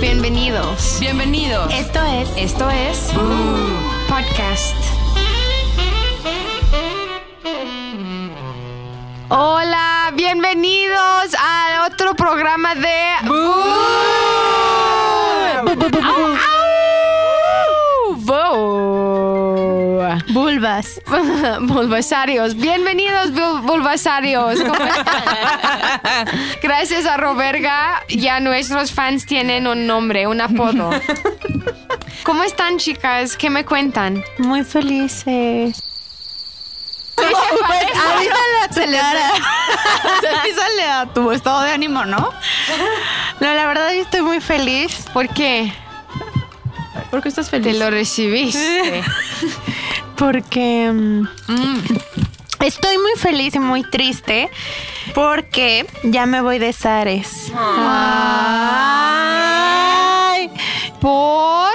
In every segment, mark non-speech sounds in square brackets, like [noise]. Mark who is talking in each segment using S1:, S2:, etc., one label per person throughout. S1: Bienvenidos.
S2: Bienvenidos.
S3: Eh.
S1: Esto es. Esto es. uh, Podcast. Hola, bienvenidos a otro programa de.
S3: [laughs]
S1: Boo.
S4: Bulbas.
S1: [laughs] Bulbasarios. Bienvenidos, bul- bulbasarios. ¿Cómo
S4: [laughs]
S1: están? Gracias a Roberga, ya nuestros fans tienen un nombre, un apodo. ¿Cómo están, chicas? ¿Qué me cuentan?
S4: Muy felices.
S1: Pues,
S4: [laughs] se le avísale a tu estado de ánimo, ¿no? No, la verdad yo estoy muy feliz.
S1: ¿Por qué?
S4: ¿Por qué estás
S1: Te lo recibiste.
S4: Porque mm, estoy muy feliz y muy triste porque ya me voy de Zares. Ay.
S1: Por.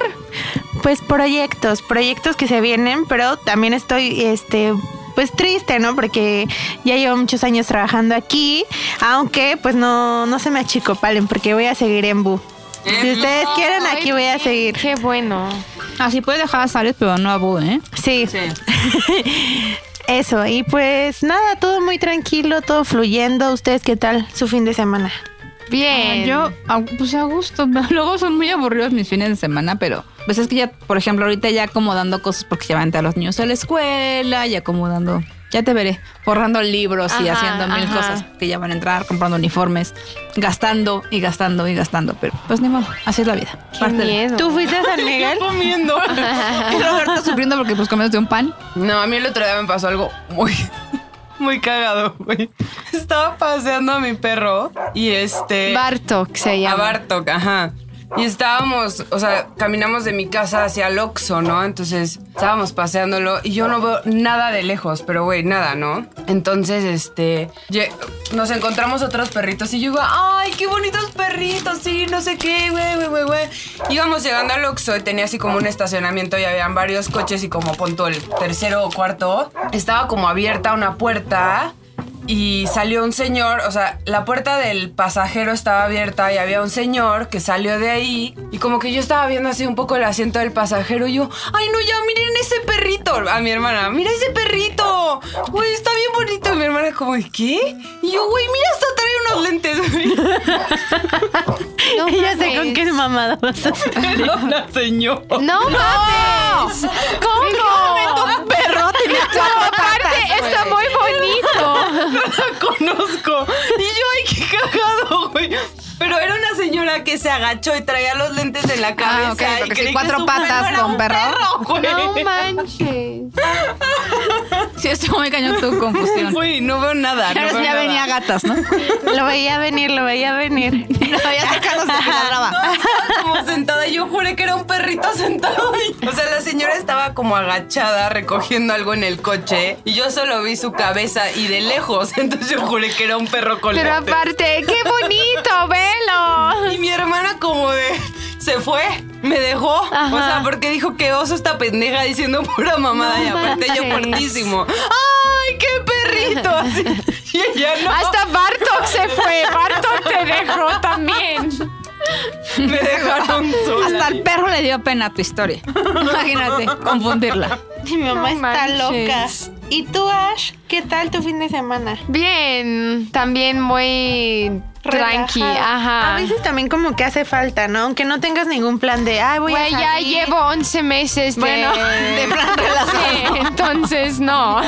S4: Pues proyectos, proyectos que se vienen, pero también estoy este pues triste, ¿no? Porque ya llevo muchos años trabajando aquí, aunque pues no, no se me achicopalen porque voy a seguir en Bu. Si ustedes quieren, aquí voy a
S1: Ay,
S4: seguir.
S1: Qué bueno.
S3: Así puedes dejar a Zares, pero no a Bu, ¿eh?
S4: Sí. [laughs] Eso, y pues nada, todo muy tranquilo, todo fluyendo. ¿Ustedes qué tal su fin de semana? Ah,
S1: Bien.
S3: Yo, a- pues a gusto. [laughs] Luego son muy aburridos mis fines de semana, pero pues es que ya, por ejemplo, ahorita ya acomodando cosas porque ya van a los niños a la escuela, ya acomodando. Ya te veré, borrando libros y
S1: Ajá,
S3: haciendo mil
S1: ajá.
S3: cosas que ya van a entrar, comprando uniformes, gastando y gastando y gastando. Pero pues ni modo, así es la vida. [laughs]
S1: Qué
S3: Parte de-
S1: miedo.
S4: ¿Tú fuiste
S1: [laughs]
S4: a San Miguel?
S5: comiendo.
S3: Y Roberto sufriendo porque pues comiéndote un pan.
S5: [laughs] No, a mí el otro día me pasó algo muy, muy cagado, güey. Estaba paseando a mi perro y este.
S1: Bartok se
S5: a
S1: llama.
S5: Bartok, ajá. Y estábamos, o sea, caminamos de mi casa hacia el Oxxo, ¿no? Entonces estábamos paseándolo y yo no veo nada de lejos, pero güey, nada, ¿no? Entonces, este, lle- nos encontramos otros perritos y yo digo, ay, qué bonitos perritos, sí, no sé qué, güey, güey, güey, güey. Íbamos llegando al Oxxo y tenía así como un estacionamiento y habían varios coches y como punto el tercero o cuarto, estaba como abierta una puerta y salió un señor, o sea, la puerta del pasajero estaba abierta y había un señor que salió de ahí y como que yo estaba viendo así un poco el asiento del pasajero y yo, ay no, ya miren ese perrito, a mi hermana, mira ese perrito, güey, está bien bonito, Y mi hermana como, ¿qué? Y yo, güey, mira, hasta trae unos lentes, [laughs] güey.
S1: No
S4: [laughs] Ya sé con
S1: mames.
S4: qué mamada vas a hacer.
S5: Perdona, señor.
S1: No mames. ¿Cómo?
S4: Un perro tenía
S1: No, aparte, está muy bonito.
S5: conozco. Y yo, ay, qué cagado, güey. Pero era una señora que se agachó y traía los lentes en la cabeza.
S3: Ah, ok,
S5: y
S3: porque
S5: creí
S3: sí,
S5: que
S3: cuatro
S5: su
S3: patas
S5: perro era
S3: con
S5: un
S3: perro.
S5: güey.
S1: No manches.
S3: Sí, estuvo muy cañón tu confusión.
S5: [laughs] Güey, no veo nada. no
S3: Pero
S5: veo
S3: ya
S5: nada.
S3: venía gatas, ¿no?
S4: Lo veía venir, lo veía
S1: [laughs]
S4: venir.
S3: Pero ya sacándose de la
S5: No, estaba [laughs] como sentada. Yo juré que era un perrito sentado ahí. O sea, la señora estaba como agachada recogiendo algo en el coche. Y yo solo vi su cabeza y de lejos. [laughs] Entonces yo juré que era un perro con
S1: Pero
S5: lentes.
S1: aparte, qué bonito, velo.
S5: Y mi hermana como de se fue, me dejó. O sea, porque dijo que oso esta pendeja diciendo pura mamada y aparte yo
S1: manches.
S5: cortísimo. ¡Ay, qué perrito! Así. [laughs] Y ella no
S1: Hasta Bartok se fue. Bartok te dejó también.
S5: me dejaron
S3: [laughs]
S5: sola.
S3: Hasta al perro le dio pena tu historia. Imagínate, confundirla.
S4: Mi mamá
S1: No
S4: está
S1: manches.
S4: loca. ¿Y tú, Ash? ¿Qué tal tu fin de semana?
S1: Bien, también muy tranqui.
S4: Relajado.
S1: Ajá.
S4: A veces también como que hace falta, ¿no? Aunque no tengas ningún plan de, ay, voy
S1: Güey,
S4: a
S1: ya
S4: salir".
S1: llevo 11 meses de,
S4: Bueno, de plan relajado.
S1: [laughs] Sí, entonces no.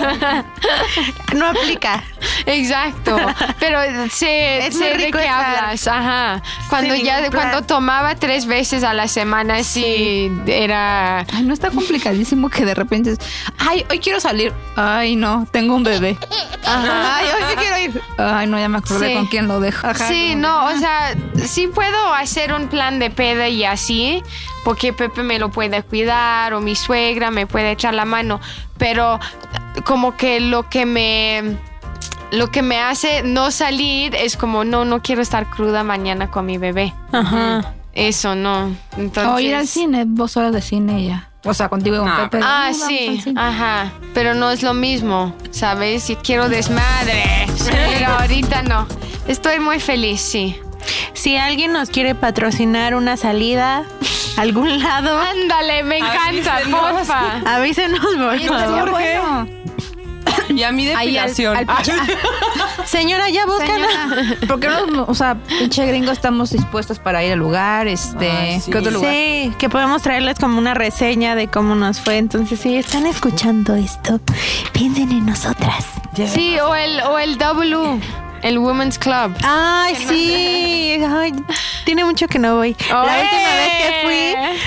S1: [laughs]
S4: No aplica.
S1: Exacto. Pero sé,
S4: Es muy
S1: sé de
S4: rico
S1: qué
S4: estar
S1: hablas. Ajá. Cuando
S4: sin
S1: ya
S4: ningún plan.
S1: cuando tomaba tres veces a la semana sí era
S3: Ay, no está complicadísimo que de repente es, ay, hoy quiero salir. Ay, no, tengo un bebé. Ay, hoy me quiero ir. Ay, no, ya me acordé
S1: Sí.
S3: con quién lo dejo. Ajá,
S1: Sí,
S3: como-
S1: no, o sea, sí puedo hacer un plan de peda y así, porque Pepe me lo puede cuidar o mi suegra me puede echar la mano, pero como que lo que me lo que me hace no salir es como no no quiero estar cruda mañana con mi bebé.
S4: Ajá.
S1: Eso no. Entonces
S3: O ir al cine, dos horas de cine y ya. O sea, contigo y con
S5: No,
S3: Pepe.
S1: Ah,
S3: No, vamos al
S1: sí,
S3: cine.
S1: ajá, pero no es lo mismo, ¿sabes? Y quiero desmadre, pero ahorita no. Estoy muy feliz, sí.
S4: Si alguien nos quiere patrocinar una salida a algún lado,
S1: Ándale, me encanta,
S5: Avísenos.
S1: porfa.
S4: avísenos, por
S3: Ay, estaría
S4: favor.
S3: bueno.
S5: Y a mí
S3: Ahí al-
S5: depilación. [laughs]
S3: al pinche-
S4: Señora, ya buscan.
S3: Señora, [laughs] ¿Por qué no? O sea, pinche gringo, estamos dispuestos para ir al lugar, este.
S5: Ah, sí.
S3: ¿Qué otro lugar?
S4: Sí, que podemos traerles como una reseña de cómo nos fue. Entonces, si están escuchando esto, piensen en nosotras.
S1: Sí, o el, o el W, el Women's Club.
S4: Ay, sí. Ay, tiene mucho que no voy. La
S1: ¡Oye!
S4: última vez que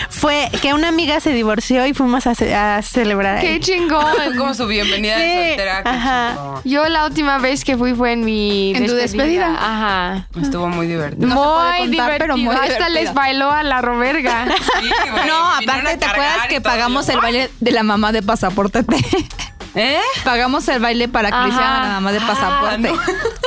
S4: fui fue que una amiga se divorció y fuimos a, ce- a celebrar.
S1: ¡Qué
S4: ahí.
S3: [laughs]
S5: Fue
S1: chingón!
S5: [laughs] como su bienvenida de
S4: Sí,
S5: soltera. qué
S4: ajá.
S5: chingón.
S1: Yo la última vez que fui fue en mi
S3: En tu despedida.
S1: Ajá.
S5: Estuvo muy divertido.
S1: muy
S3: puede contar,
S1: divertido.
S3: pero muy
S1: Hasta
S3: divertida.
S1: les bailó a la Roberga.
S3: [laughs]
S5: Sí,
S3: [laughs]
S5: güey,
S3: No,
S5: vinieron
S3: aparte,
S5: a
S3: ¿te acuerdas
S5: cargar y
S3: que
S5: todo.
S3: pagamos el baile de la mamá de pasaporte?
S5: [laughs] ¿Eh?
S3: pagamos el baile para que le
S1: Ajá.
S3: hicieran a la mamá de
S5: Ah,
S3: pasaporte.
S5: no.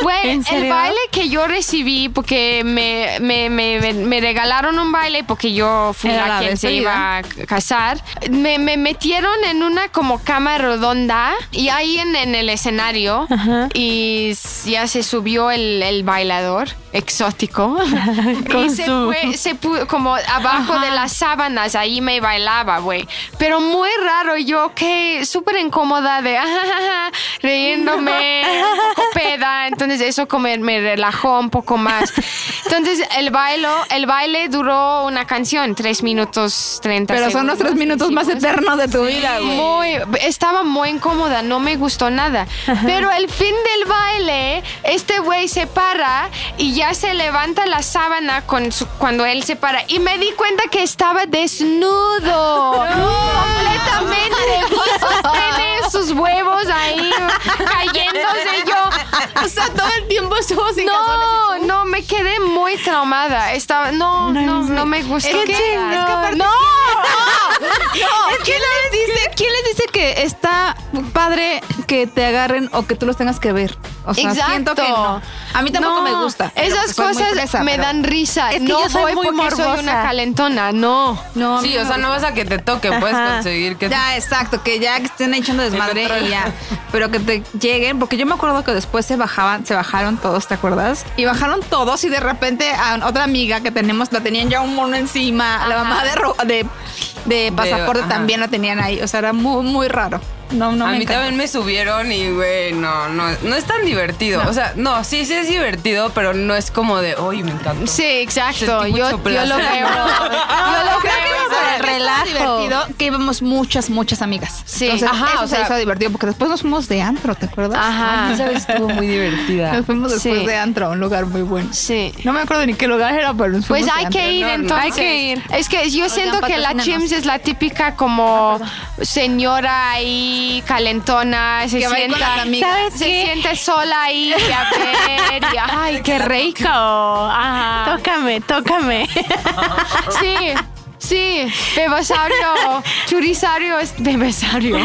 S1: Güey,
S4: ¿En
S1: el
S4: serio?
S1: baile que yo recibí, porque me, me, me- me- me regalaron un baile porque yo fui
S3: Era
S1: la,
S3: la
S1: quien se
S3: despedida.
S1: iba a casar, me, me metieron en una como cama redonda y ahí en, en el escenario
S4: Ajá.
S1: y s- ya se subió el, el bailador exótico y
S4: [laughs] Con
S1: se
S4: su-
S1: fue, se pu- como abajo de las sábanas, ahí me bailaba, güey. Pero muy raro, yo que súper incómoda de "Ah, ajajaja,
S3: [laughs]
S1: riéndome, un poco peda. Entonces eso como me relajó un poco más. Entonces el baile, el baile duró una canción, tres minutos 30
S3: [laughs] Pero son los tres
S1: segundos,
S3: minutos más
S1: hicimos.
S3: eternos de tu vida, güey.
S1: Muy, estaba muy incómoda, no me gustó nada. Pero el fin del baile, este güey se para y ya se levanta la sábana con su- cuando él se para. Y me di cuenta que estaba desnudo. Completamente. con sus penes, sus huevos ahí cayéndose yo.
S3: O sea, todo el tiempo estuvo sin
S1: No, no, me quedé muy traumada. Estaba, no,
S4: No,
S1: no,
S4: no sé.
S1: no me gustó.
S4: Es que-
S1: nada.
S4: es que aparte-
S1: no,
S3: ¿Quién les, dice, ¿Quién les dice que está padre que te agarren o que tú los tengas que ver? O sea,
S1: Exacto.
S3: siento que no. A mí tampoco
S1: No,
S3: me gusta. pero pues
S1: Esas
S3: soy muy
S1: cosas
S3: fresa,
S1: me
S3: pero-
S1: dan risa.
S4: Es que
S1: no
S4: yo soy
S1: voy
S4: muy
S1: porque soy una
S4: morbosa.
S1: calentona, no.
S3: No, a mí
S5: Sí, o sea, no vas a que te toque, puedes
S4: Ajá.
S5: conseguir que
S3: Ya, exacto, que ya estén echando desmadre
S5: otro
S3: y ya.
S5: lado.
S3: Pero que te lleguen, porque yo me acuerdo que después se bajaban, se bajaron todos, ¿te acuerdas? Y bajaron todos y de repente a otra amiga que tenemos la tenían ya un mono encima, la
S1: Ajá.
S3: mamá de, ro- de, de pasaporte
S5: ajá.
S3: también la tenían ahí, o sea, era muy, muy raro. No, no
S5: a
S3: me
S5: mí
S3: encanta.
S5: también me subieron y, güey, no, no, no es tan divertido. O sea, no, sí, sí es divertido, pero no es como de, oye, me encanta.
S1: Sí, exacto.
S5: Sentí
S1: Yo,
S5: mucho
S1: yo lo veo.
S5: placer.
S1: Yo lo
S3: Yo creo que
S1: veo.
S3: íbamos a
S1: ¿sabes?
S3: ver divertido que íbamos muchas, muchas amigas.
S1: Sí.
S3: Entonces,
S1: Ajá,
S3: eso
S1: o
S3: se
S1: sea-
S3: hizo divertido porque después nos fuimos de antro, ¿te acuerdas?
S1: Ajá.
S5: Esa vez estuvo muy divertida.
S3: Nos fuimos después
S1: Sí.
S3: de antro a un lugar muy bueno.
S1: Sí.
S3: No me acuerdo ni qué lugar era, pero nos
S1: Pues
S3: fuimos de
S1: hay
S3: antro.
S1: que ir
S5: no, no.
S1: entonces.
S5: Hay
S3: que ir.
S1: Es que yo siento que la
S3: patrocínanos.
S1: Chims es la típica
S3: Ah,
S1: como señora ahí calentona, se
S3: Que va ahí con
S1: sienta,
S3: las amigas.
S4: ¿Sabes
S1: se
S4: qué?
S1: siente sola ahí y a ver, y, ay, qué rico. Ajá.
S4: Tócame, tócame.
S1: Sí, sí, Bebasaurio, Churisario es Bebasaurio.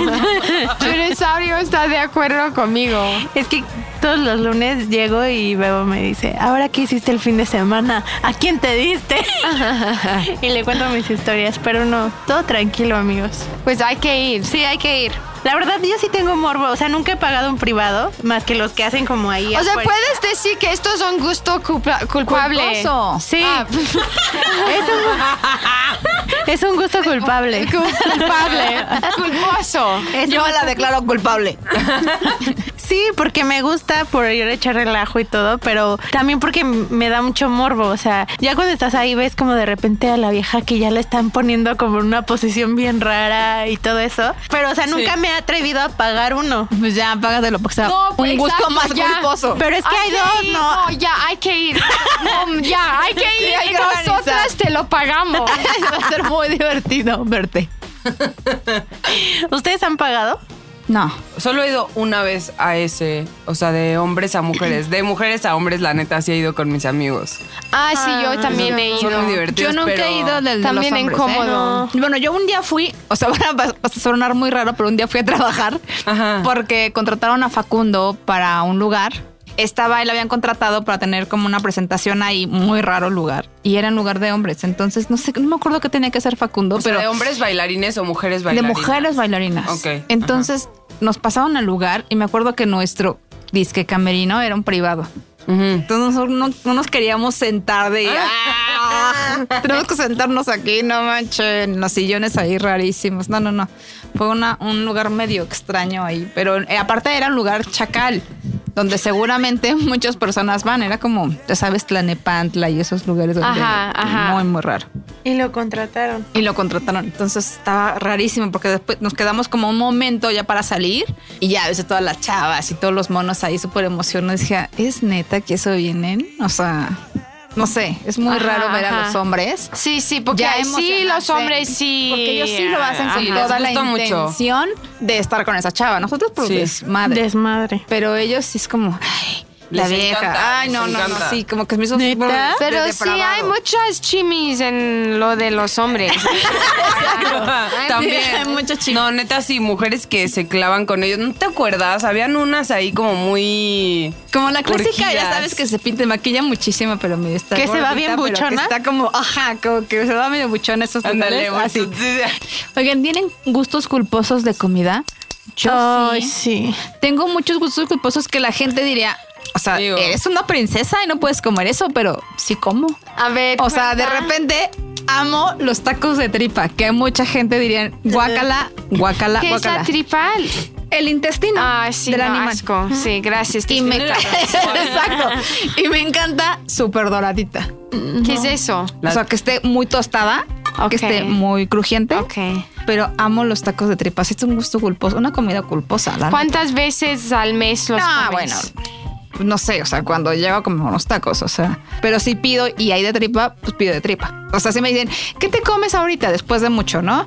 S1: Churisario está de acuerdo conmigo.
S4: Es que todos los lunes llego y Bebo me dice, ¿ahora qué hiciste el fin de semana? ¿A quién te [laughs] diste? y le cuento mis historias, pero no, todo tranquilo, amigos.
S1: Pues hay que ir.
S4: Sí, hay que ir. La verdad, yo sí tengo morbo. O sea, nunca he pagado un privado, más que los que hacen como ahí.
S1: O sea,
S4: afuera. [laughs]
S1: puedes decir que esto es un gusto culpa- culpable.
S3: Culposo.
S4: Sí,
S1: Ah,
S4: es un gusto
S1: [laughs]
S4: culpable.
S1: culpable. Culposo.
S4: Es
S3: Yo
S4: un-
S3: la declaro culpable.
S4: Sí, porque me gusta por ir a echar relajo y todo, pero también porque me da mucho morbo. O sea, ya cuando estás ahí ves como de repente a la vieja que ya la están poniendo como en una posición bien rara y todo eso. Pero, o sea, nunca me he atrevido a pagar uno.
S3: [laughs] Pues ya, págatelo, porque sea
S1: No,
S3: un
S1: pues,
S3: gusto
S1: exacto,
S3: más
S1: ya.
S3: culposo.
S4: Pero es que hay, dos,
S1: ir,
S4: ¿no?
S1: ya, hay que ir. No, ya, hay que
S3: Sí,
S1: ir.
S3: hay
S1: y
S3: que organizar.
S1: nosotras te lo pagamos.
S3: [laughs] va a ser muy divertido verte.
S4: ¿Ustedes han pagado?
S3: No.
S5: Solo he ido una vez a ese, o sea, de hombres a mujeres. De mujeres a hombres, la neta, sí he ido con mis amigos.
S1: Ah, sí, yo también he
S5: Son muy
S1: ido.
S5: divertidos,
S3: Yo nunca
S5: pero-
S3: he ido del de
S1: También
S3: los hombres,
S1: incómodo.
S3: ¿eh? No. Bueno, yo un día fui, o sea, [laughs] van a pas- vas a sonar muy raro, pero un día fui a trabajar
S5: Ajá.
S3: porque contrataron a Facundo para un lugar. Estaba, y lo habían contratado para tener como una presentación ahí, muy raro lugar. Y era en lugar de hombres. Entonces, no sé, no me acuerdo qué tenía que hacer Facundo,
S5: O sea,
S3: pero.
S5: ¿De hombres bailarines o mujeres
S3: De
S5: bailarinas?
S3: mujeres bailarinas.
S5: Ok, ajá.
S3: Entonces nos pasaron al lugar y me acuerdo que nuestro disque camerino era un privado.
S5: Ujú.
S3: Entonces no, no- no nos queríamos sentar de... "Ah,
S5: [laughs]
S3: tenemos que sentarnos aquí, no manchen, los sillones ahí rarísimos. No, no, no. Fue una- un lugar medio extraño ahí, pero eh, aparte era un lugar chacal, donde seguramente [laughs] muchas personas van. Era como, ya sabes, Tlanepantla y esos lugares donde...
S1: Ajá, ajá.
S3: Muy, muy raro.
S4: Y lo contrataron.
S3: Y lo contrataron. Entonces estaba rarísimo porque después nos quedamos como un momento ya para salir y ya ves a todas las chavas y todos los monos ahí súper emocionados. Dije, ¿es neta que eso vienen? O sea, no sé, es muy
S1: Ajá,
S3: raro ver
S1: ajá.
S3: a los hombres.
S1: Sí, sí, porque
S3: ya
S1: ahí sí los
S3: emocionarse.
S1: hombres sí.
S3: Porque ellos sí lo hacen con
S5: Sí,
S1: Ajá.
S5: les
S3: toda la
S5: gusta mucho.
S3: intención de estar con esa chava. Nosotros por
S5: Sí.
S3: desmadre.
S4: Desmadre.
S3: pero ellos sí es como, ay, la
S5: Les
S3: vieja.
S5: encanta,
S3: ay, no,
S5: les
S3: no, no,
S5: encanta.
S3: sí, como que me hizo
S4: ¿Neta?
S3: súper
S1: Pero sí
S3: depravado.
S1: hay muchas chimis en lo de los
S3: [laughs]
S1: hombres. Ay,
S5: También.
S3: hay muchas
S5: No, neta, sí, mujeres que se clavan con ellos. ¿No te acuerdas? Habían unas ahí como muy.
S3: Como la clásica,
S5: Orgías.
S3: ya sabes que se pinta y maquilla muchísimo, pero medio está.
S4: ¿Que se va
S3: gordita,
S4: bien
S3: pero que
S4: buchona?
S3: Está como, ajá, como que se va medio buchona esos
S5: Ándale,
S3: lugares.
S1: Ah,
S5: güey.
S3: Así. Oigan, ¿tienen gustos culposos de comida? Yo
S4: Ay,
S3: sí.
S4: sí.
S3: Tengo muchos gustos culposos que la gente diría, o sea,
S5: Digo.
S3: eres una princesa y no puedes comer eso, pero sí como.
S1: A ver.
S3: O sea, de
S1: cuenta.
S3: repente amo los tacos de tripa, que mucha gente diría, guácala, guácala,
S1: ¿Qué es la
S3: guácala.
S1: tripal?
S3: El intestino
S1: Ah, sí,
S3: del
S1: no,
S3: animal.
S1: asco. Sí, gracias.
S3: Y me
S1: disculpa.
S3: [laughs] Exacto. Y me encanta súper doradita.
S1: [laughs] ¿Qué es eso?
S5: La-
S3: O sea, que esté muy tostada,
S1: Ok.
S3: que esté muy crujiente.
S1: Ok.
S3: Pero amo los tacos de tripas. Es un gusto culposo, una comida culposa. La
S1: ¿Cuántas veces al mes los
S3: Ah,
S1: comes?
S3: bueno. No sé, o sea, cuando llego a comer unos tacos, o sea. Pero si pido y hay de tripa, pues pido de tripa. O sea, si me dicen, ¿qué te comes ahorita después de mucho, no?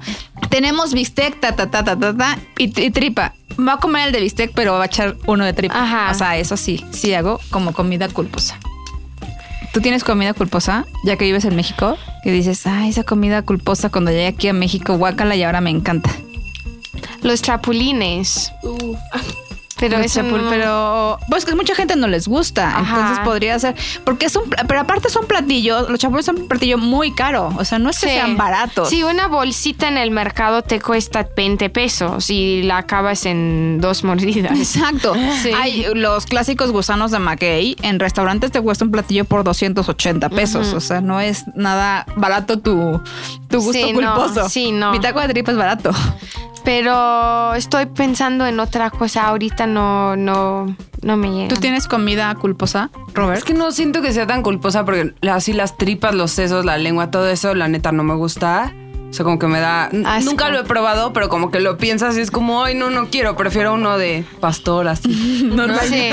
S3: Tenemos bistec, ta, ta, ta, ta, ta, ta, y, y tripa. Va a comer el de bistec, pero va a echar uno de tripa.
S1: Ajá.
S3: O sea, eso sí, sí hago como comida culposa. ¿Tú tienes comida culposa? Ya que vives en México, que dices, ah, esa comida culposa cuando llegué aquí a México, guácala y ahora me encanta.
S1: Los chapulines. Pero
S3: Los
S1: eso
S3: chapul-
S1: no-
S3: pero pues que mucha gente no les gusta,
S1: Pues Ajá.
S3: entonces podría ser porque es un pla- pero aparte son platillos, los chapulines son un platillo muy caro, o sea, no es que sean baratos.
S1: Sí, una bolsita en el mercado te cuesta 20 pesos y la acabas en dos mordidas.
S3: [laughs] Exacto.
S1: Sí.
S3: Hay los clásicos gusanos de mackey en restaurantes te cuesta un platillo por 280 pesos, o sea, no es nada barato tu tu gusto
S1: Sí, no,
S3: culposo.
S1: sí, no.
S3: Mi taco de tripa es barato.
S1: Pero estoy pensando en otra cosa. Ahorita no, no, no me llega.
S3: ¿Tú tienes comida culposa, Robert?
S5: Es que no siento que sea tan culposa porque así las tripas, los sesos, la lengua, todo eso, la neta no me gusta. O sea, como que me da. n-
S1: Asco.
S5: Nunca lo he probado, pero como que lo piensas y es como, ay, no, no quiero, prefiero uno de pastor así.
S1: [laughs] Normal. Sí.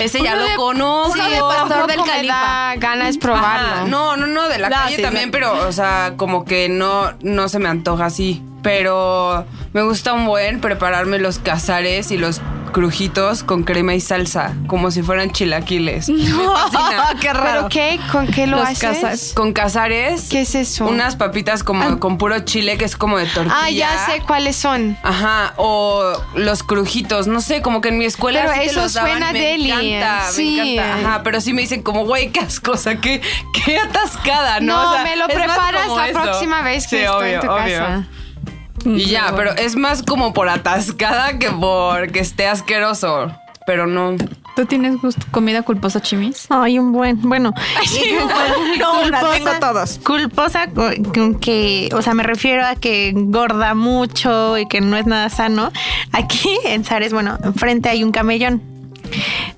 S5: Ese ya
S1: Uno
S5: lo
S1: de-
S5: conozco.
S1: Sí, tampoco me da ganas probarlo.
S5: Ajá, No, no, no, de la
S3: No,
S5: calle
S3: sí,
S5: también,
S3: sí.
S5: pero, o sea, como que no, no se me antoja así. Pero me gusta un buen prepararme los cazares y los crujitos con crema y salsa, como si fueran
S1: [laughs]
S5: chilaquiles. Me fascina.
S3: qué
S1: ¿Pero qué? ¿Con qué lo
S3: Los
S1: haces?
S3: casas-
S5: Con cazares.
S1: ¿Qué es eso?
S5: Unas papitas como con puro chile que es como de tortilla.
S1: Ah, ya sé cuáles son.
S5: Ajá, o los crujitos, no sé, como que en mi escuela
S1: Pero
S5: sí te
S1: eso
S5: los daban,
S1: suena
S5: me
S1: deli,
S5: encanta, me
S1: sí.
S5: encanta. Ajá, pero sí me dicen como, güey, qué ascosa, qué, qué atascada, ¿no?
S1: No,
S5: O sea,
S1: me lo
S5: es más
S1: preparas
S5: como
S1: la
S5: eso.
S1: próxima vez que
S5: Sí,
S1: estoy en
S5: obvio,
S1: tu
S5: obvio.
S1: casa.
S5: Y ya, pero es más como por atascada que por que esté asqueroso. Pero no.
S3: ¿Tú tienes gusto- comida culposa, Chimis?
S4: Ay, un buen, bueno. [laughs]
S3: Culposa. Tengo todos.
S4: Culposa co- con que, o sea, me refiero a que engorda mucho y que no es nada sano. Aquí en Zares, bueno, enfrente hay un camellón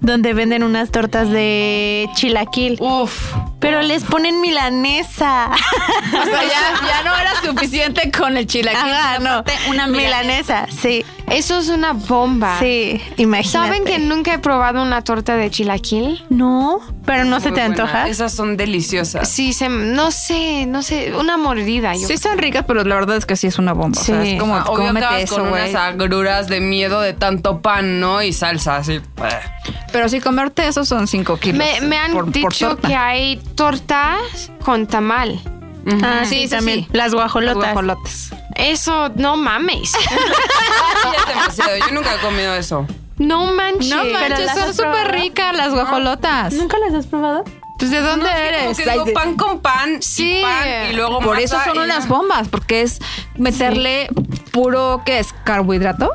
S4: donde venden unas tortas de chilaquil,
S5: Uf.
S4: pero les ponen milanesa.
S3: [laughs]
S4: [laughs]
S3: O sea, ya, ya no era suficiente con el chilaquil.
S4: Ajá,
S3: sino
S4: Ah, no.
S3: aparte Una milanesa.
S4: milanesa, sí,
S1: Eso es una bomba.
S4: sí, imagínate.
S1: ¿Saben que nunca he probado una torta de chilaquil?
S4: No, pero no se
S5: muy
S4: te
S5: buena.
S4: antoja.
S5: Esas son deliciosas.
S1: Sí, se, no sé, no sé, una mordida. Yo.
S3: Sí son ricas, pero la verdad es que sí es una bomba. O sea,
S4: Sí.
S3: es como,
S5: Ah, obvio
S3: cómete
S5: acabas
S3: eso,
S5: con
S3: güey.
S5: unas agruras de miedo de tanto pan, ¿no? Y salsa, así.
S3: Pero si comerte eso son 5 kilos.
S1: me, me han
S3: por- por
S1: dicho
S3: torta.
S1: que hay tortas con tamal.
S4: Ah,
S3: Sí,
S4: sí,
S3: sí,
S4: también.
S3: sí.
S4: Las
S3: Los
S4: guajolotas.
S3: guajolotes.
S1: Eso, no mames.
S5: Ya es demasiado. Yo nunca he comido eso.
S1: no manches.
S3: No
S4: pero
S3: manches,
S4: las
S3: son
S4: has
S3: súper
S4: probado.
S3: ricas las guajolotas.
S4: ¿Nunca las has probado?
S3: Pues de dónde
S5: No, es que como
S3: eres.
S5: que
S3: Ay,
S5: digo,
S3: de-
S5: pan con pan
S1: Sí.
S5: y pan y luego
S3: Por eso
S5: masa
S3: son
S5: y-
S3: unas bombas, porque es meterle puro, ¿qué es? ¿Carbohidrato?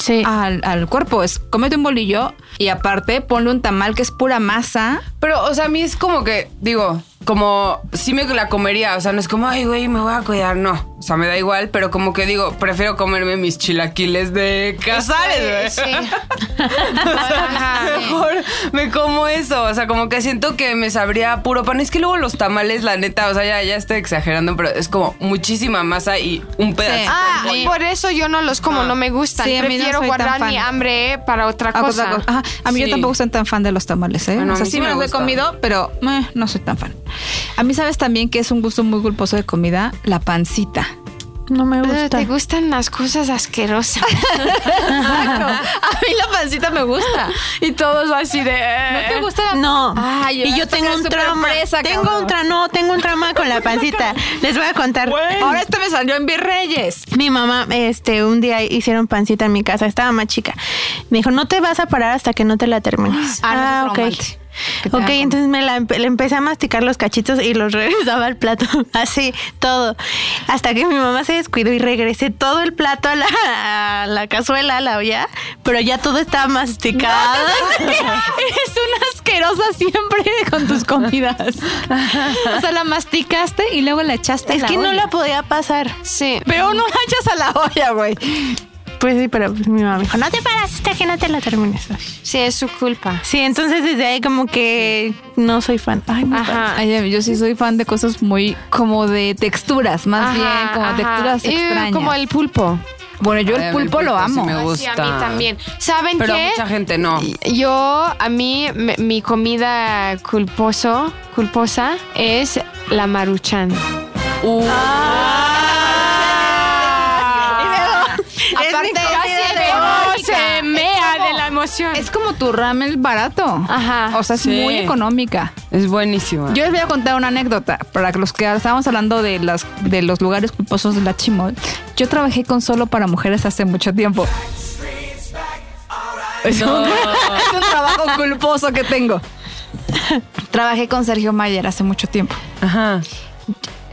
S4: Sí.
S3: al, al cuerpo. Es cómete un bolillo y aparte ponle un tamal que es pura masa.
S5: Pero, o sea, a mí es como que, digo, como sí me la comería. O sea, no es como, ay, güey, me voy a cuidar. No. O sea, me da igual, pero como que digo, prefiero comerme mis chilaquiles de casares,
S1: Sí.
S3: Eh,
S5: [laughs]
S3: [laughs]
S5: güey.
S1: Ajá, sí.
S5: Mejor me como eso. O sea, como que siento que me sabría a puro pan. Es que luego los tamales, la neta, o sea, ya, ya estoy exagerando, pero es como muchísima masa y un pedazo.
S1: Ah,
S5: Sí.
S1: por eso yo no los como, no me gustan.
S3: Ah. Sí, a mí no
S1: Prefiero
S3: soy tan
S1: guardar
S3: fan.
S1: mi hambre eh, para otra
S3: Ah,
S1: cosa.
S3: cosa- ajá. A mí
S5: Sí.
S3: yo tampoco soy tan fan de los tamales, ¿eh?
S5: Bueno,
S3: o
S5: a
S3: sea,
S5: mí
S3: sí
S5: sí
S3: me
S5: me
S3: los he
S5: gustan.
S3: comido, pero meh, no soy tan fan. A mí sabes también que es un gusto muy culposo de comida, la pancita.
S4: No me
S1: Pero
S4: gusta.
S1: te gustan las cosas asquerosas.
S3: [laughs] Exacto. [laughs] A mí la pancita me gusta.
S1: y todos así de.
S3: ¿No te gusta la
S4: No.
S3: Ay,
S4: y yo
S3: vas a
S4: tengo
S3: sacar
S4: un
S3: súper
S4: trauma.
S3: fresa,
S4: tengo
S3: cabrón.
S4: un trauma. No, tengo un trauma con la pancita. Les voy a contar.
S3: Ahora esto me salió en Virreyes.
S4: Mi mamá, este, un día hicieron pancita en mi casa, estaba más chica. Me dijo, no te vas a parar hasta que no te la termines.
S3: Ah, no, eso es traumante. Que te
S4: Ok,
S3: hagan comer.
S4: entonces me la empe- le empecé a masticar los cachitos y los regresaba al plato, así, todo. Hasta que mi mamá se descuidó y regresé todo el plato a la, a la cazuela, a la olla, pero ya todo estaba masticado.
S3: Eres una asquerosa siempre con tus comidas. O sea, la masticaste y luego la echaste.
S4: es que no la podía pasar.
S1: Sí.
S3: Pero no la echas a la olla, güey.
S4: Pues sí, pero pues mi mamá me dijo, no te paras hasta que no te la termines.
S1: Sí, es su culpa.
S4: Sí, entonces desde ahí como que no soy fan. Ay, me
S1: Ajá.
S3: Ay, yo sí soy fan de cosas muy como de texturas,
S1: Ajá,
S3: más bien como
S1: ajá.
S3: texturas
S1: Eh,
S3: extrañas.
S1: Como el pulpo.
S3: bueno, yo
S5: Ay, a
S3: el
S5: mí
S3: pulpo lo
S5: sí
S3: amo.
S5: me gusta.
S1: Sí, a mí también. ¿Saben
S5: Pero a
S1: qué?
S5: mucha gente no.
S1: Yo, a mí, me- mi comida culposo, culposa es la maruchan.
S5: Uh.
S1: Ah. Aparte, se me- se mea de la emoción.
S3: Es como tu ramen barato.
S1: Ajá.
S3: O sea, es
S5: Sí.
S3: muy económica.
S5: Es buenísima.
S3: Yo les voy a contar una anécdota para los que estábamos hablando de las de los lugares culposos de la Chimol. Yo trabajé con solo para mujeres hace mucho tiempo. Es, [laughs] un, es un trabajo culposo que tengo. Trabajé con Sergio Mayer hace mucho tiempo.
S5: Ajá.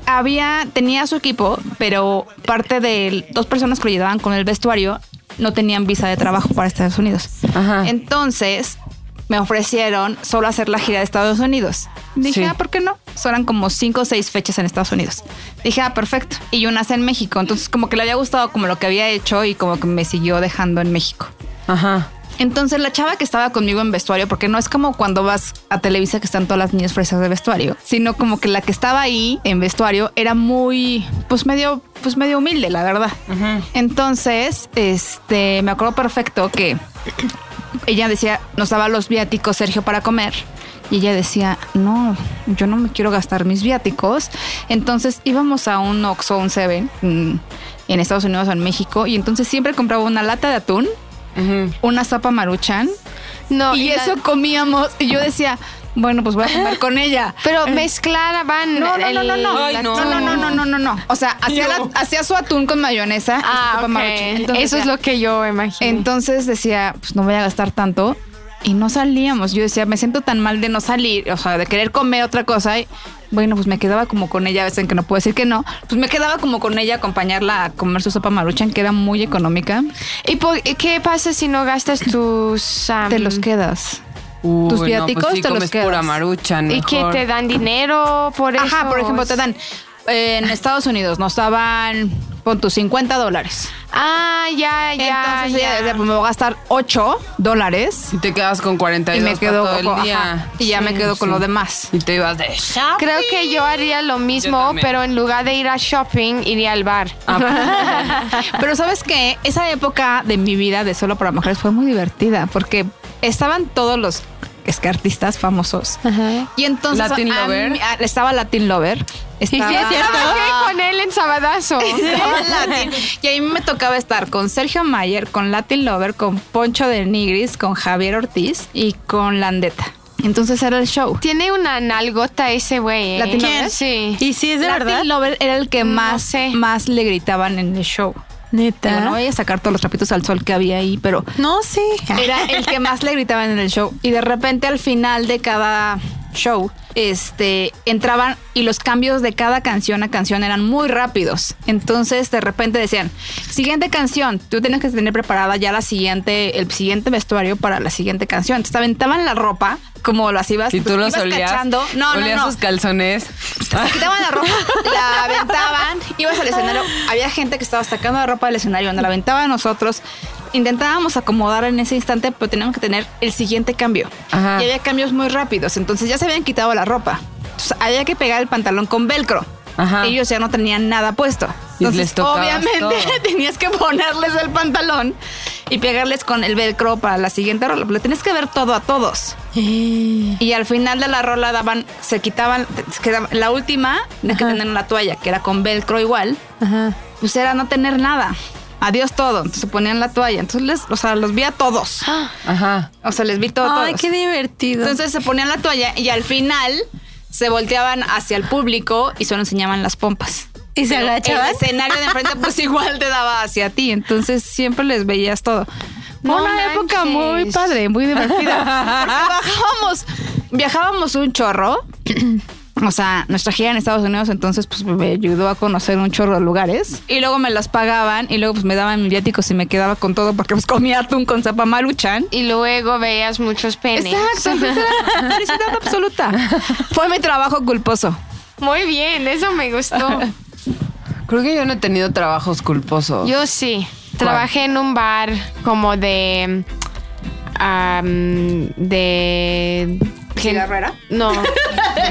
S3: Había tenía su equipo, pero parte de dos personas que lo ayudaban con el vestuario no tenían visa de trabajo para Estados Unidos.
S5: Ajá.
S3: Entonces me ofrecieron solo hacer la gira de Estados Unidos. Dije,
S5: Sí.
S3: ah, ¿por qué no? So, Eran como cinco o seis fechas en Estados Unidos. Dije, ah, perfecto. Y una en México. Entonces como que le había gustado como lo que había hecho y como que me siguió dejando en México.
S5: Ajá.
S3: Entonces la chava que estaba conmigo en vestuario, porque no es como cuando vas a Televisa que están todas las niñas fresas de vestuario, sino como que la que estaba ahí en vestuario era muy, pues medio, pues medio humilde, la verdad. Entonces, este, me acuerdo perfecto que ella decía, nos daba los viáticos Sergio para comer. Y ella decía, no, yo no me quiero gastar mis viáticos. Entonces íbamos a un Oxxo, un Seven, mm, en Estados Unidos o en México. Y entonces siempre compraba una lata de atún
S5: Ujú.
S3: una sopa maruchan
S1: no,
S3: y,
S1: y la-
S3: eso comíamos y yo decía, bueno, pues voy a comer con ella.
S1: [laughs] Pero mezclada van.
S3: eh. No, no, no, no, no.
S5: Ay,
S1: el
S5: no.
S3: No,
S1: atún.
S3: no, no, no, no, no, no. O sea, hacía, la- hacía su atún con mayonesa. y su
S1: Ah,
S3: sopa
S1: ok.
S3: maruchan.
S1: Eso
S3: Entonces
S1: es
S3: decía-
S1: lo que yo imagino.
S3: Entonces decía, pues no voy a gastar tanto. Y no salíamos. Yo decía, me siento tan mal de no salir, o sea, de querer comer otra cosa. Y, bueno, pues me quedaba como con ella, a veces en que no puedo decir que no. Pues me quedaba como con ella, acompañarla a comer su sopa maruchan, que era muy económica.
S1: ¿Y por- qué pasa si no gastas tus... am,
S3: Te los quedas.
S5: Uy,
S3: Tus
S5: no,
S3: viáticos
S5: pues sí,
S3: te los
S5: comes pura
S3: quedas.
S5: maruchan.
S1: ¿Y qué
S5: mejor.
S1: te dan dinero por eso?
S3: Ajá, por ejemplo, te dan. eh, en Estados Unidos nos daban, pon tus 50 dólares.
S1: Ah, ya, ya,
S3: Entonces ella
S1: ya.
S3: decía, pues me voy a gastar 8 dólares
S5: Y te quedas con
S3: y
S5: 42
S3: me quedo
S5: para todo
S3: con-
S5: el día.
S3: ajá, y ya me quedo con lo demás. [laughs]
S5: Y te ibas de
S1: Creo
S3: Ah,
S1: que yo haría lo mismo,
S5: también.
S1: pero en lugar de ir a shopping, iría al bar.
S3: Ah,
S5: [laughs]
S3: Pero sabes qué, esa época de mi vida de solo para mujeres fue muy divertida porque estaban todos los es que artistas famosos. Y entonces
S5: Latin
S3: a
S5: Lover.
S3: mí- a- estaba Latin Lover. Estaba,
S4: es cierto.
S1: Trabajé con él en Sabadazo.
S3: [laughs] Estaba Latin. Y a mí me tocaba estar con Sergio Mayer, con Latin Lover, con Poncho de Nigris, con Javier Ortiz y con Landeta. Entonces era el show.
S1: Tiene una nalgota ese güey. ¿eh?
S3: ¿La tiene? ¿Quién?
S1: Sí.
S4: Y sí, es de
S3: Latin
S4: verdad.
S3: Lover era el que
S1: No
S3: más,
S1: sé.
S3: más le gritaban en el show. Digo, no voy a sacar todos los trapitos al sol que había ahí, pero
S4: No, sí.
S3: [laughs] era el que más le gritaban en el show. Y de repente al final de cada show, este, entraban y los cambios de cada canción a canción eran muy rápidos. Entonces, de repente decían, siguiente canción, tú tienes que tener preparada ya la siguiente, el siguiente vestuario para la siguiente canción. Entonces, te aventaban la ropa como las ibas,
S5: Y tú
S3: pues,
S5: los
S3: ibas
S5: olías.
S3: cachando. No, no,
S5: olías
S3: no.
S5: sus calzones.
S3: [laughs] Se quitaban la ropa, la aventaban, ibas al escenario. Había gente que estaba sacando la ropa del escenario, nos la aventaba a nosotros. Intentábamos acomodar en ese instante, pero teníamos que tener el siguiente cambio.
S5: Ajá.
S3: Y había cambios muy rápidos, entonces ya se habían quitado la ropa. Entonces, había que pegar el pantalón con velcro.
S5: Ajá.
S3: Ellos ya no tenían nada puesto.
S5: Y
S3: Entonces,
S5: les tocabas
S3: obviamente,
S5: todo.
S3: [laughs] tenías que ponerles el pantalón y pegarles con el velcro para la siguiente rola. Le tenías que ver todo a todos.
S4: Eh.
S3: Y al final de la rola daban, se quitaban, se quedaba- la última, la que tenían la toalla, que era con velcro igual,
S4: Ajá.
S3: pues era no tener nada. Adiós todo. Entonces se ponían la toalla. Entonces, les, o sea, los vi a todos.
S5: Ajá.
S3: O sea, les vi todo.
S4: Ay,
S3: todos.
S4: qué divertido.
S3: Entonces se ponían la toalla y al final se volteaban hacia el público y solo enseñaban las pompas.
S4: ¿Y se
S3: Pero
S4: agachaban?
S3: El escenario de enfrente pues igual te daba hacia ti, entonces siempre les veías todo. Fue
S1: No
S3: una época muy
S1: manches.
S3: padre, muy [laughs] divertida. Porque bajábamos, viajábamos un chorro. [clears throat] O sea, nuestra gira en Estados Unidos entonces pues me ayudó a conocer un chorro de lugares. Y luego me las pagaban y luego pues me daban mis viáticos y me quedaba con todo porque pues comía atún con zapamaluchan.
S1: Y luego veías muchos penes.
S3: Exacto, entonces era felicidad [laughs] absoluta. Fue mi trabajo culposo.
S1: [laughs] Muy bien, eso me gustó.
S3: [laughs]
S5: Creo que yo no he tenido trabajos culposos.
S1: Yo sí. Trabajé en un bar como de. am, de.
S3: ¿Cigarrera?
S1: No.
S5: ¿De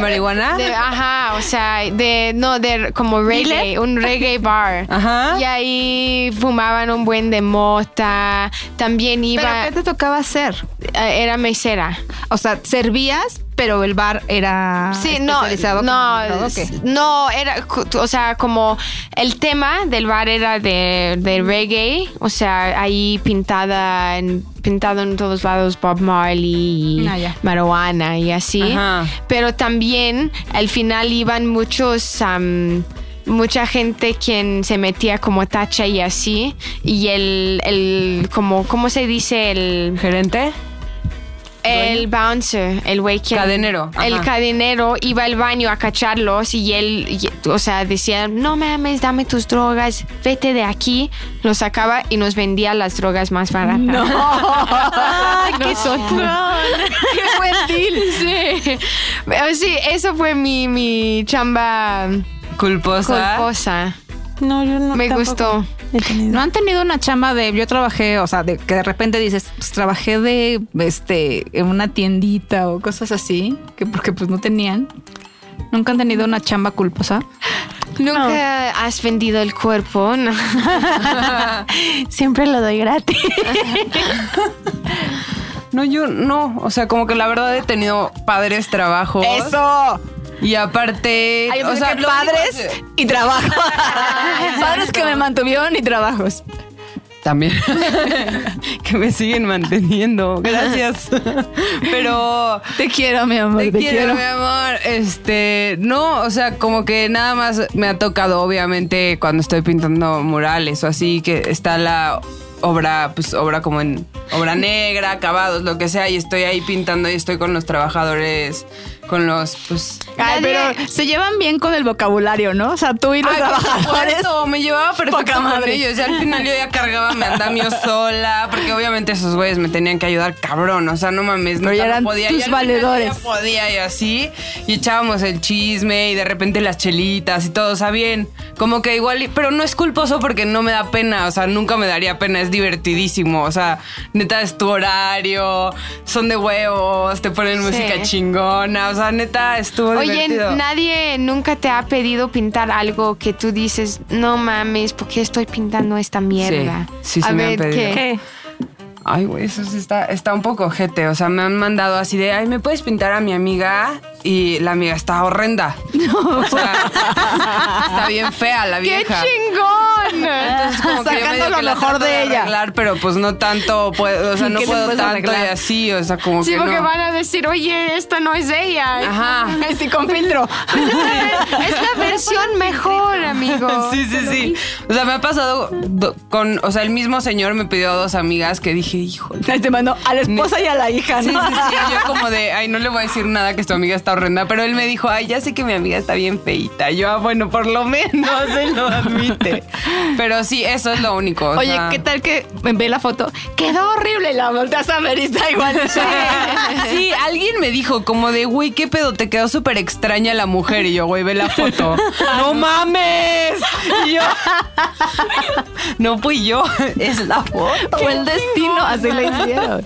S3: [laughs]
S5: marihuana?
S1: de- ajá, o sea, de. No, de como reggae, un reggae bar.
S5: Ajá.
S1: Y ahí fumaban un buen de mota. También iba.
S3: ¿Pero qué te tocaba hacer?
S1: eh, era mesera.
S3: O sea, servías, pero el bar era
S1: Sí, no,
S3: Ah, especializado
S1: no,
S3: como todo, ¿o qué?
S1: s- no, era, cu- o sea, como el tema del bar era de, de reggae, o sea, ahí pintada, en, pintado en todos lados Bob Marley y
S3: Ah, ya.
S1: Marihuana y así,
S5: Ajá.
S1: pero también al final iban muchos... am, Mucha gente quien se metía como tacha y así, y el, el como, ¿cómo se dice? El,
S5: ¿Gerente?
S1: el bouncer, el güey que...
S5: Cadenero,
S1: El
S5: ajá.
S1: cadenero iba al baño a cacharlos y él, y- o sea, decía, no mames, dame tus drogas, vete de aquí. Los sacaba y nos vendía las drogas más baratas. [laughs]
S4: ¡Ay, qué sotrón!
S1: ¡Qué buen deal! Sí. Pero sí, eso fue mi, mi chamba
S5: ¿Culposa?
S1: culposa.
S4: No, yo no.
S1: Me
S4: tampoco
S1: gustó.
S4: he tenido.
S3: ¿No han tenido una chamba de yo trabajé, o sea, de que de repente dices, pues trabajé de este en una tiendita o cosas así, que porque pues no tenían. Nunca han tenido una chamba culposa.
S1: ¿Nunca has vendido el cuerpo? [laughs] No.
S4: Siempre lo doy [laughs] gratis.
S5: No, yo no. O sea, como que la verdad he tenido padres trabajos.
S3: Eso.
S5: Y aparte.
S3: Ay, yo
S5: o
S3: pensé
S5: sea,
S3: que
S5: lo
S3: padres
S5: único que-
S3: y trabajo. [laughs] padres que me mantuvieron y trabajos.
S5: También. [laughs] que me siguen manteniendo. [laughs] Gracias. Pero.
S3: Te quiero, mi amor.
S5: Te quiero, mi amor. Este, no, o sea, como que nada más me ha tocado, obviamente, cuando estoy pintando murales o así, que está la obra, pues obra como en obra negra, acabados, lo que sea, y estoy ahí pintando y estoy con los trabajadores, con los, pues...
S3: Ay,
S1: Nadie-
S3: pero se llevan bien con el vocabulario, ¿no? O sea, tú y los
S5: Ay, por
S3: trabajadores. [laughs]
S5: supuesto, me llevaba
S3: Poca
S5: perfecto con
S3: madre.
S5: ellos. Y al final yo ya cargaba mi andamio sola, porque obviamente esos güeyes me tenían que ayudar, cabrón. O sea, no mames,
S3: Pero
S5: neta,
S3: ya
S5: no
S3: eran
S5: podía.
S3: tus
S5: y al final
S3: valedores.
S5: Ya podía y así. Y echábamos el chisme y de repente las chelitas y todo, o sea, bien. Como que igual, y- pero no es culposo porque no me da pena, o sea, nunca me daría pena, es divertidísimo. O sea, neta es tu horario, son de huevos, te ponen
S1: Sí.
S5: música chingona, o sea, neta estuvo
S1: Oye,
S5: divertido.
S1: nadie nunca te ha pedido pintar algo que tú dices, no mames, ¿por qué estoy pintando esta mierda?
S5: sí, sí
S1: A
S5: me han
S1: ver,
S5: pedido.
S1: ¿qué?
S4: [laughs] ¿Qué?
S5: Ay, güey, eso sí está, está un poco ojete. O sea, me han mandado así de, ay, ¿me puedes pintar a mi amiga? Y la
S3: [laughs]
S5: amiga está horrenda. O sea, está bien fea la
S1: ¡Qué
S5: vieja.
S1: chingón!
S5: [laughs] Entonces, como que yo
S3: Sacando
S5: medio
S3: lo
S5: que la
S3: mejor
S5: trato
S3: de ella.
S5: Arreglar, pero pues no tanto, puedo, o sea,
S3: Sí,
S5: no
S3: que le
S5: puedo
S3: puedes
S5: tanto
S3: arreglar.
S5: y así, o sea, como
S1: Sí,
S5: que
S1: porque
S5: no.
S1: van a decir, oye, esta no es ella.
S3: [laughs]
S5: Ajá.
S3: Sí, con filtro.
S1: [laughs] Es la versión mejor, amigo.
S5: Sí, sí, sí. O sea, me ha pasado do- con, o sea, el mismo señor me pidió a dos amigas que dije, híjole.
S3: Ahí Te mando a la esposa y a la hija,
S5: Sí, sí,
S3: Ah, ¿no? [laughs]
S5: sí. Yo como de, ay, no le voy a decir nada que su amiga está horrenda, pero él me dijo, ay, ya sé que mi amiga está bien feita. Yo, ah, bueno, por lo menos él lo admite. Pero sí, eso es lo único. o
S3: Oye,
S5: sea.
S3: ¿qué tal [laughs] que ve la foto? Quedó horrible la volteas a ver y está igual.
S5: Sí, alguien me dijo como de, güey, qué pedo, te quedó súper extraña la mujer. Y yo, güey, ve
S3: [laughs]
S5: la foto. ¡No mames! Y yo, [laughs] no fui yo, [laughs] es la foto.
S3: Fue el destino, así le hicieron.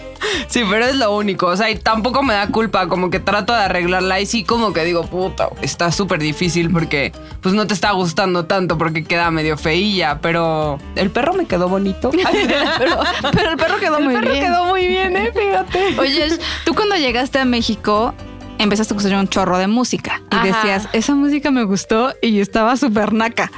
S5: Sí, pero es lo único. O sea, y tampoco me da culpa, como que trato de arreglarla. Y sí, como que digo, puta, está súper difícil porque, pues no te está gustando tanto porque queda medio feilla. Pero el perro me
S3: [laughs]
S5: quedó bonito. [laughs]
S3: Pero, [laughs] pero el perro quedó muy bien.
S5: muy bien, ¿eh? Fíjate.
S3: Oye, tú cuando llegaste a México empezaste a escuchar un chorro de música y
S1: Ajá.
S3: decías, esa música me gustó y yo estaba súper naca.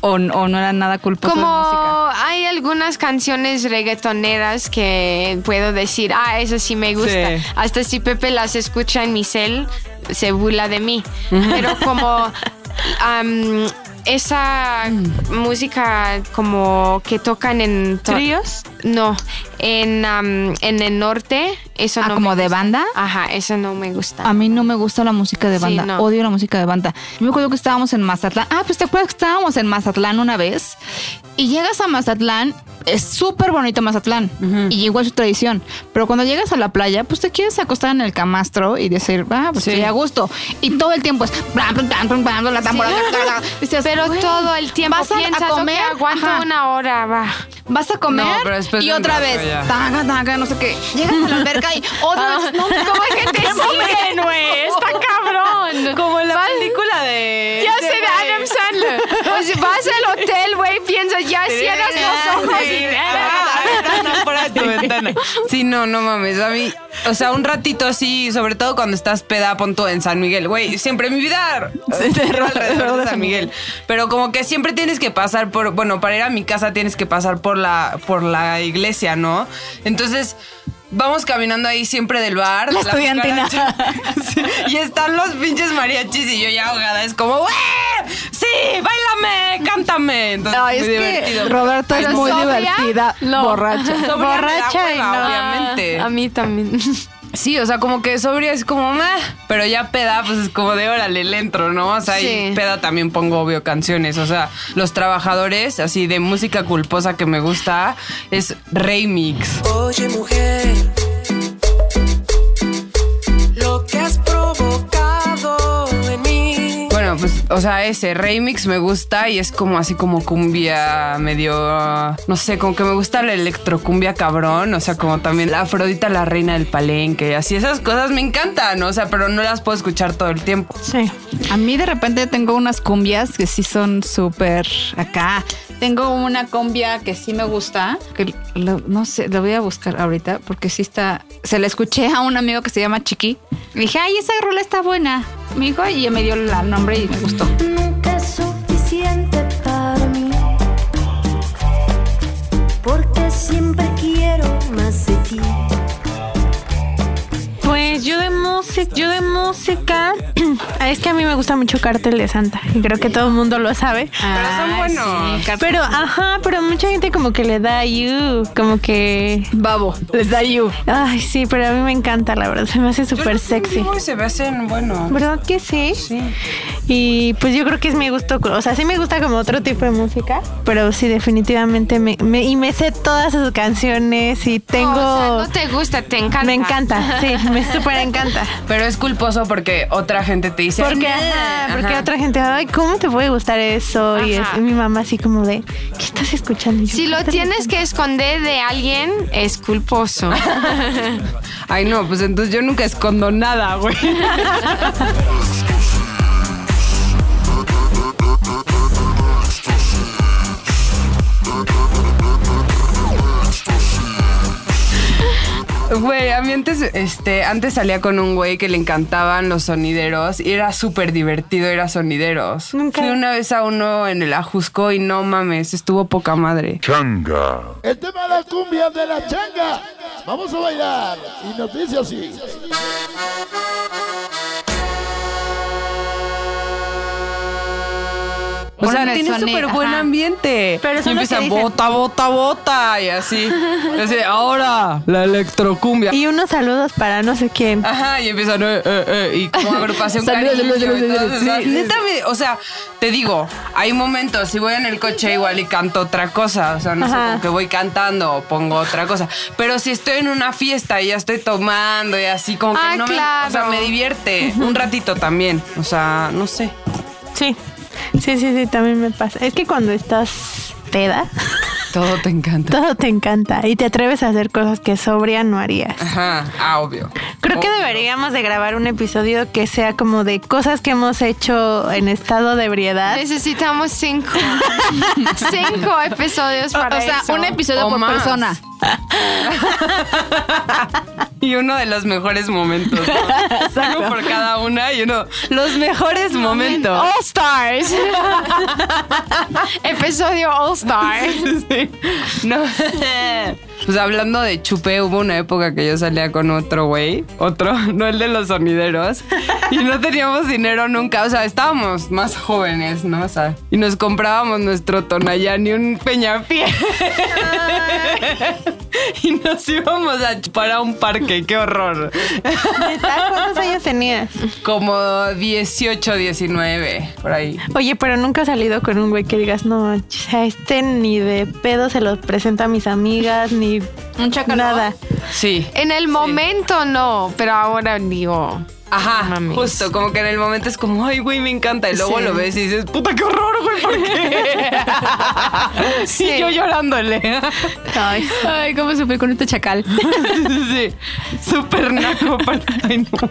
S3: O, o no era nada culposo de música.
S1: Como hay algunas canciones reggaetoneras que puedo decir, ah, eso sí me gusta.
S5: Sí.
S1: Hasta si Pepe las escucha en mi cel, se burla de mí. Pero como am, esa
S3: Mm.
S1: música como que tocan en... to-
S4: ¿Tríos?
S1: No, en, am, en el norte, eso
S3: Ah,
S1: no...
S3: como
S1: me
S3: de
S1: gusta.
S3: banda.
S1: Ajá, eso no me gusta.
S3: A mí no me gusta la música de
S1: Sí,
S3: banda.
S1: no.
S3: Odio la música de banda. Yo me acuerdo que estábamos en Mazatlán. Ah, pues te acuerdas que estábamos en Mazatlán una vez. Y llegas a Mazatlán, es súper bonito Mazatlán. Y igual su tradición. Pero cuando llegas a la playa, pues te quieres acostar en el camastro y decir, ah, pues
S5: Sí.
S3: estoy a gusto. Y todo el tiempo es. blam, blam, blam, blam, blam, la tambora,
S1: Sí.
S3: bla, bla, bla. Dices,
S1: Pero
S3: "Güey,
S1: todo el tiempo
S3: vas a- a
S1: piensas, "Ok,
S3: comer".
S1: aguanto
S3: Ajá.
S1: una hora,
S3: [laughs]
S1: va.
S3: Vas a comer
S5: No, pero después
S3: y
S5: de un
S3: otra
S5: rato
S3: vez,
S5: ya.
S3: taca, taca, no sé qué. Llegas a la alberca y otra vez, no, ¿cómo hay [laughs]
S1: [laughs]
S3: gente
S1: siguen, güey? Está cabrón.
S5: Como en la película de.
S1: Ya sé de Adam Sandler. O
S3: [laughs]
S1: sea, vas al hotel, güey, piensas, ya cierras los ojos y...
S3: Ah.
S5: Sí, no, no mames. A mí, o sea, un ratito así, sobre todo cuando estás peda, pon tú en San Miguel, güey. Siempre mi vida gira alrededor de San Miguel. Pero como que siempre tienes que pasar por, bueno, para ir a mi casa tienes que pasar por la, por la iglesia, ¿no? Entonces. Vamos caminando ahí siempre del bar.
S3: La estudiantina.
S5: cucaracha. Sí, y están los pinches mariachis y yo ya ahogada. Es como, ¡güey! ¡Sí! ¡Bailame! ¡Cántame! Entonces,
S3: Ay,
S5: muy
S3: es
S5: divertido.
S3: que Roberto es
S1: Pero
S3: muy
S1: sobria,
S3: divertida, borracha.
S5: Sobria me da
S4: Borracha y
S5: hueva,
S4: no.
S5: obviamente.
S1: A mí también.
S5: Sí, o sea, como que sobria es como, meh, pero ya peda, pues es como de órale, le entro, ¿no? O sea,
S1: Sí.
S5: y peda también pongo, obvio, canciones. O sea, los trabajadores, así de música culposa que me gusta, es remix.
S2: Oye mujer, lo que has provocado en mí.
S5: Bueno, pues, o sea, ese remix me gusta y es como así como cumbia medio, no sé, como que me gusta la electrocumbia cabrón, o sea, como también la Afrodita, la reina del palenque, así esas cosas me encantan, o sea, pero no las puedo escuchar todo el tiempo.
S4: Sí.
S3: A mí de repente tengo unas cumbias que sí son súper acá. Tengo una cumbia que sí me gusta, que lo- no sé, la voy a buscar ahorita porque sí está... Se la escuché a un amigo que se llama Chiqui. Le dije, ay, esa rola está buena. Me dijo y me dio el nombre y me gustó.
S6: Nunca es suficiente para mí, porque siempre quiero más de ti.
S4: Pues yo de música, yo de música. [clears throat] es que a mí me gusta mucho Cartel de Santa. Y creo que todo el mundo lo sabe.
S5: Pero son buenos.
S4: Pero, ajá, pero mucha gente como que le da you, como que...
S3: Babo, les da you.
S4: Ay, sí, pero a mí me encanta, la verdad, se me hace
S5: Yo
S4: súper
S5: los
S4: sexy.
S5: consigo y se me hacen buenos.
S4: ¿Verdad que sí?
S5: Sí.
S4: Y pues yo creo que es mi gusto, o sea, sí me gusta como otro tipo de música, pero sí definitivamente me, me- y me sé todas sus canciones y tengo
S1: Oh, O sea, no te gusta, te encanta.
S4: me encanta, sí, me súper encanta.
S5: Pero es culposo porque otra gente te dice.
S4: Porque,
S5: "Ay,
S4: ajá, porque
S5: Ajá.
S4: otra gente, ay, ¿cómo te puede gustar eso? Y,
S1: Ajá.
S4: es- y mi mamá así como de, ¿qué estás escuchando? Y yo,
S1: Si lo
S4: "Cartel de
S1: tienes
S4: Santa".
S1: que esconder de alguien, es
S4: [laughs]
S1: culposo.
S5: Ay, no, pues entonces yo nunca escondo nada, güey. Güey, Güey, a mí antes, este, antes salía con un güey que le encantaban los sonideros y era súper divertido ir a sonideros.
S4: Nunca.
S5: Fui una vez a uno en el Ajusco y no mames, estuvo poca madre.
S7: Changa.
S8: El tema de las cumbias de la changa. Vamos a bailar. Y nos dice así.
S5: O sea,
S3: Ponme el
S5: tiene
S3: sonido,
S5: súper buen
S3: ajá.
S5: ambiente.
S4: Pero
S5: y
S4: son los que
S5: empiezan
S4: dicen-
S5: bota, bota, bota y así. Y así, ahora la electrocumbia.
S4: Y unos saludos para no sé
S1: Ah.
S4: quién.
S5: Ajá, y empiezan, eh, eh, eh, y como agrupación
S3: Saludos,
S5: cariño.
S3: saludos,
S5: y todo,
S3: saludos,
S5: o sea,
S3: sí.
S5: neta, me- o sea, te digo, hay momentos, si voy en el coche igual y canto otra cosa, o sea, no sé,
S4: Ajá.
S5: como que voy cantando o pongo otra cosa. Pero si estoy en una fiesta y ya estoy tomando y así, como que
S1: Ah,
S5: no me, o sea,
S1: claro.
S5: me divierte un ratito también, o sea, no sé.
S4: Sí. Sí, sí, sí, también me pasa. Es que cuando estás peda,
S5: Todo te encanta.
S4: todo te encanta y te atreves a hacer cosas que sobria no harías.
S5: Ajá, ah, obvio.
S4: Creo que
S5: Obvio.
S4: deberíamos de grabar un episodio que sea como de cosas que hemos hecho en estado de ebriedad.
S1: Necesitamos cinco. [laughs] cinco episodios
S3: O,
S1: para
S3: o sea,
S1: eso.
S3: un episodio
S5: O
S3: por
S5: más.
S3: persona.
S5: Y uno de los mejores momentos. [laughs] ¿no? Uno por cada una y uno. Los mejores momentos. [laughs]
S1: All Stars. [laughs] episodio All Stars.
S5: No. [laughs] Pues hablando de chupé, hubo una época que yo salía con otro güey, otro, [laughs] no el de los sonideros, y no teníamos dinero nunca, o sea, estábamos más jóvenes, ¿no? O sea, y nos comprábamos nuestro Tonayán y un peñapié. [laughs] y nos íbamos a chupar a un parque, qué horror.
S4: ¿Neta? ¿Cuántos años tenías?
S5: Como 18, 19, por ahí.
S4: Oye, pero nunca has salido con un güey que digas, no, o sea, este ni de pedo se los presento a mis amigas, ni
S3: Un chacal.
S4: nada.
S5: Sí.
S1: En el momento no, pero ahora digo.
S5: Ajá,
S1: no mames.
S5: justo, como que en el momento es como, ay, güey, me encanta. Y luego
S1: Sí.
S5: lo ves y dices, puta, qué horror, güey, ¿por qué? [laughs] sí. yo llorándole.
S3: Ay, ay, cómo sufrí con este chacal.
S5: [laughs] sí, súper naco. para- Ay, no.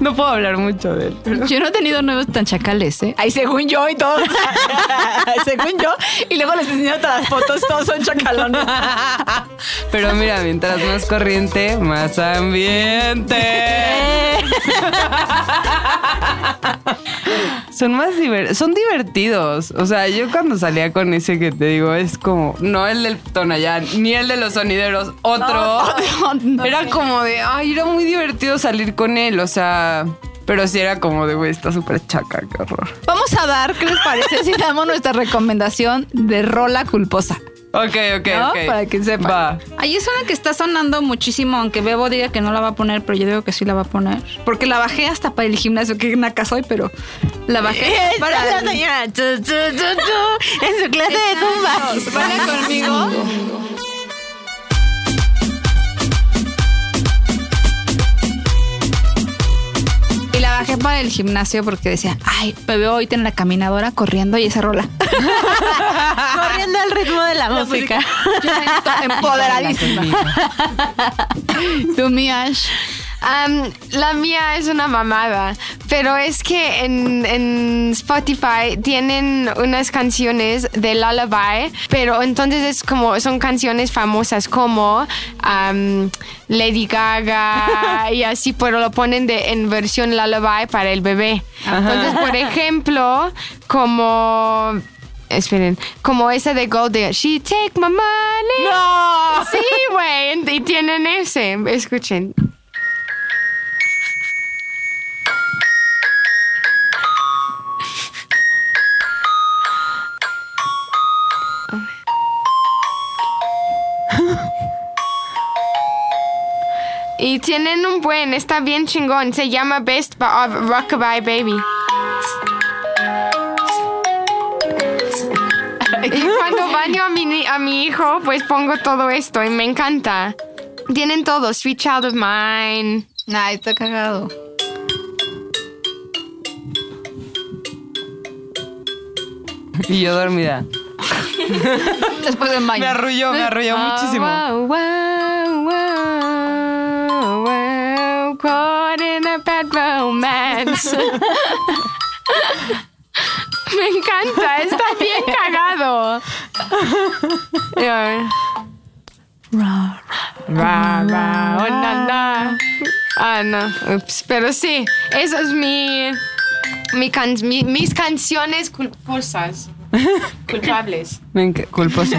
S5: no puedo hablar mucho de él. pero-
S3: Yo no he tenido nuevos tan chacales, ¿eh? Ay, según yo y [laughs] todos. según yo. Y luego les enseño todas las fotos, todos son chacalones.
S5: [laughs] Pero mira, mientras más corriente,
S3: [laughs]
S5: más ambiente. Son más diver- son divertidos. O sea, yo cuando salía con ese que te digo, es como, no el del Tonayán, ni el de los sonideros, otro. Era como de, ay, era muy divertido salir con él, o sea, pero sí era como de, güey, está súper chaca, qué horror.
S3: Vamos a dar, ¿qué les parece? Si damos nuestra recomendación de rola culposa.
S5: Ok, ok,
S3: ¿no?
S5: ok.
S3: Para que sepan.
S5: Va.
S3: Ahí es una que está sonando muchísimo, aunque Bebo diga que no la va a poner, pero yo digo que sí la va a poner. Porque la bajé hasta para el gimnasio, que naca soy, pero la
S4: [laughs]
S3: bajé para...
S4: Para la señora, tu, tu, tu, tu, en su clase de zumba.
S3: Baila conmigo. Y la bajé para el gimnasio porque decía, ay, me veo ahorita en la caminadora corriendo y esa rola.
S4: Corriendo al ritmo de la música.
S3: Yo siento
S1: [laughs]
S3: empoderadísima. Tú, mi Ash.
S1: Am, la mía es una mamada, pero es que en, en Spotify tienen unas canciones de Lullaby, pero entonces es como, son canciones famosas como am, Lady Gaga y así, pero lo ponen de, en versión Lullaby para el bebé. Entonces, por ejemplo, como... Esperen, como esa de Gold Digger. She take my money.
S5: No.
S1: Sí, güey. Y tienen ese. Escuchen. Y tienen un buen, está bien chingón. Se llama Best of Rockabye Baby. Y cuando baño a mi, ni- a mi hijo, pues pongo todo esto y me encanta. Tienen todo, Sweet Child of Mine.
S3: Ay, está cagado.
S5: [laughs] Y yo dormida.
S3: Después de
S5: Me
S3: mayo.
S5: arrulló, me arrulló
S3: Ah.
S5: muchísimo.
S1: Wow, wow, wow, wow, caught in a bad romance. [laughs] me encanta, está bien cagado. Yeah. Ra, ra, oh, na, na. Ah, no. Ups, pero sí, eso es mi, mi can- mi- mis canciones [laughs] culposas. culpables. [laughs]
S5: Culposo.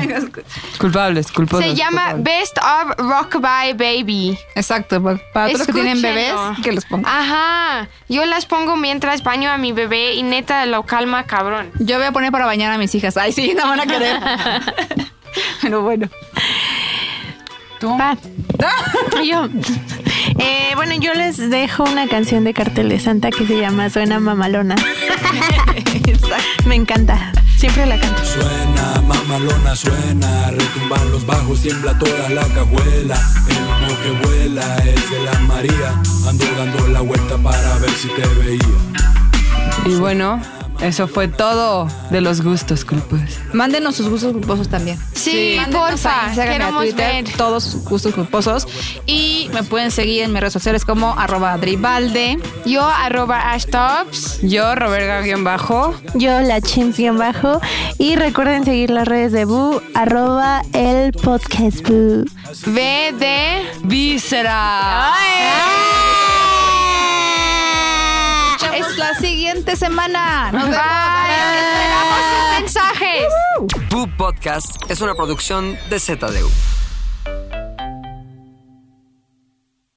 S5: Culpables, culposos.
S1: Se llama
S5: culpables.
S1: Best of Rockabye Baby.
S3: Exacto, pa- para todos los que tienen bebés,
S1: Escúchenlo.
S3: que los pongan.
S1: Ajá. Yo las pongo mientras baño a mi bebé y neta lo calma, cabrón.
S3: Yo voy a poner para bañar a mis hijas. Ay, sí, no van
S1: [laughs]
S3: a querer. Pero bueno.
S4: Va. [laughs] Y yo. Eh, bueno, yo les dejo una canción de Cartel de Santa que se llama Suena Mamalona. Me encanta. Siempre la canto.
S7: Suena, mamalona suena, retumban los bajos, tiembla toda la cajuela. El humo que vuela es de la María, ando dando la vuelta para ver si te veía.
S5: Y bueno, eso fue todo de los gustos culposos.
S3: Mándenos sus gustos culposos también.
S1: Sí,
S3: Mándenos a
S1: porfa.
S3: Instagram y a
S1: Queremos
S3: Twitter
S1: ver.
S3: todos sus gustos culposos. Y me pueden seguir en mis redes sociales como arroba dribalde.
S1: Yo arroba ashtops.
S5: Yo, Roberga guión bajo.
S4: Yo, la chimps bien bajo. Y recuerden seguir las redes de Boo, arroba el podcast Boo.
S1: V de...
S5: Víscera.
S3: Es la siguiente semana. Nos vemos.
S1: Bye. Esperamos sus mensajes.
S9: Boo Podcast es una producción de ZDU.